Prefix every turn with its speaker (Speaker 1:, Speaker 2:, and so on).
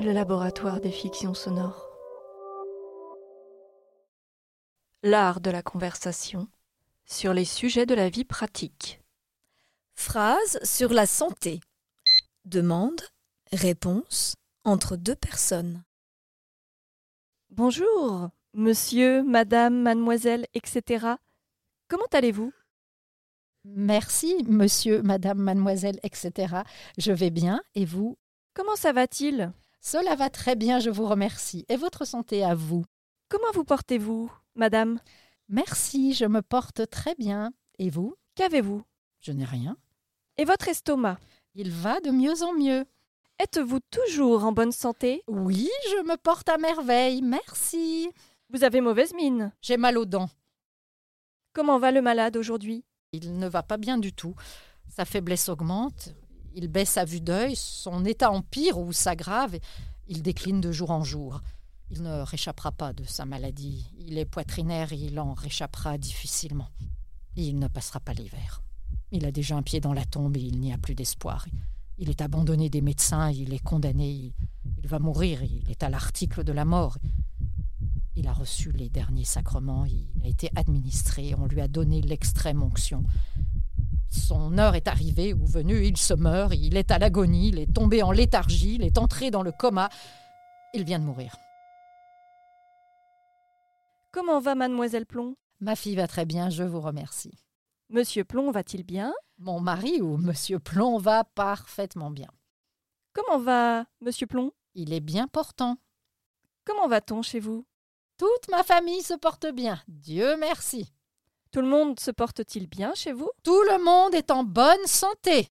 Speaker 1: le laboratoire des fictions sonores. L'art de la conversation sur les sujets de la vie pratique.
Speaker 2: Phrase sur la santé. Demande, réponse entre deux personnes.
Speaker 1: Bonjour, monsieur, madame, mademoiselle, etc. Comment allez-vous
Speaker 3: Merci, monsieur, madame, mademoiselle, etc. Je vais bien, et vous
Speaker 1: Comment ça va-t-il
Speaker 3: Cela va très bien, je vous remercie. Et votre santé à vous
Speaker 1: Comment vous portez-vous, madame
Speaker 3: Merci, je me porte très bien. Et vous
Speaker 1: Qu'avez-vous
Speaker 3: Je n'ai rien.
Speaker 1: Et votre estomac
Speaker 3: Il va de mieux en mieux.
Speaker 1: Êtes-vous toujours en bonne santé
Speaker 3: Oui, je me porte à merveille, merci.
Speaker 1: Vous avez mauvaise mine.
Speaker 3: J'ai mal aux dents.
Speaker 1: Comment va le malade aujourd'hui
Speaker 3: Il ne va pas bien du tout. Sa faiblesse augmente, il baisse à vue d'œil, son état empire ou s'aggrave, et il décline de jour en jour. Il ne réchappera pas de sa maladie. Il est poitrinaire et il en réchappera difficilement. Et il ne passera pas l'hiver. Il a déjà un pied dans la tombe et il n'y a plus d'espoir. Il est abandonné des médecins, il est condamné, il, il va mourir, il est à l'article de la mort. Il a reçu les derniers sacrements, il a été administré, on lui a donné l'extrême onction. Son heure est arrivée ou venue, il se meurt, il est à l'agonie, il est tombé en léthargie, il est entré dans le coma. Il vient de mourir.
Speaker 1: Comment va mademoiselle Plomb
Speaker 3: Ma fille va très bien, je vous remercie.
Speaker 1: Monsieur Plomb va-t-il bien
Speaker 3: Mon mari ou monsieur Plomb va parfaitement bien.
Speaker 1: Comment va monsieur Plomb
Speaker 3: Il est bien portant.
Speaker 1: Comment va-t-on chez vous
Speaker 3: Toute ma famille se porte bien, Dieu merci.
Speaker 1: Tout le monde se porte-t-il bien chez vous
Speaker 3: Tout le monde est en bonne santé.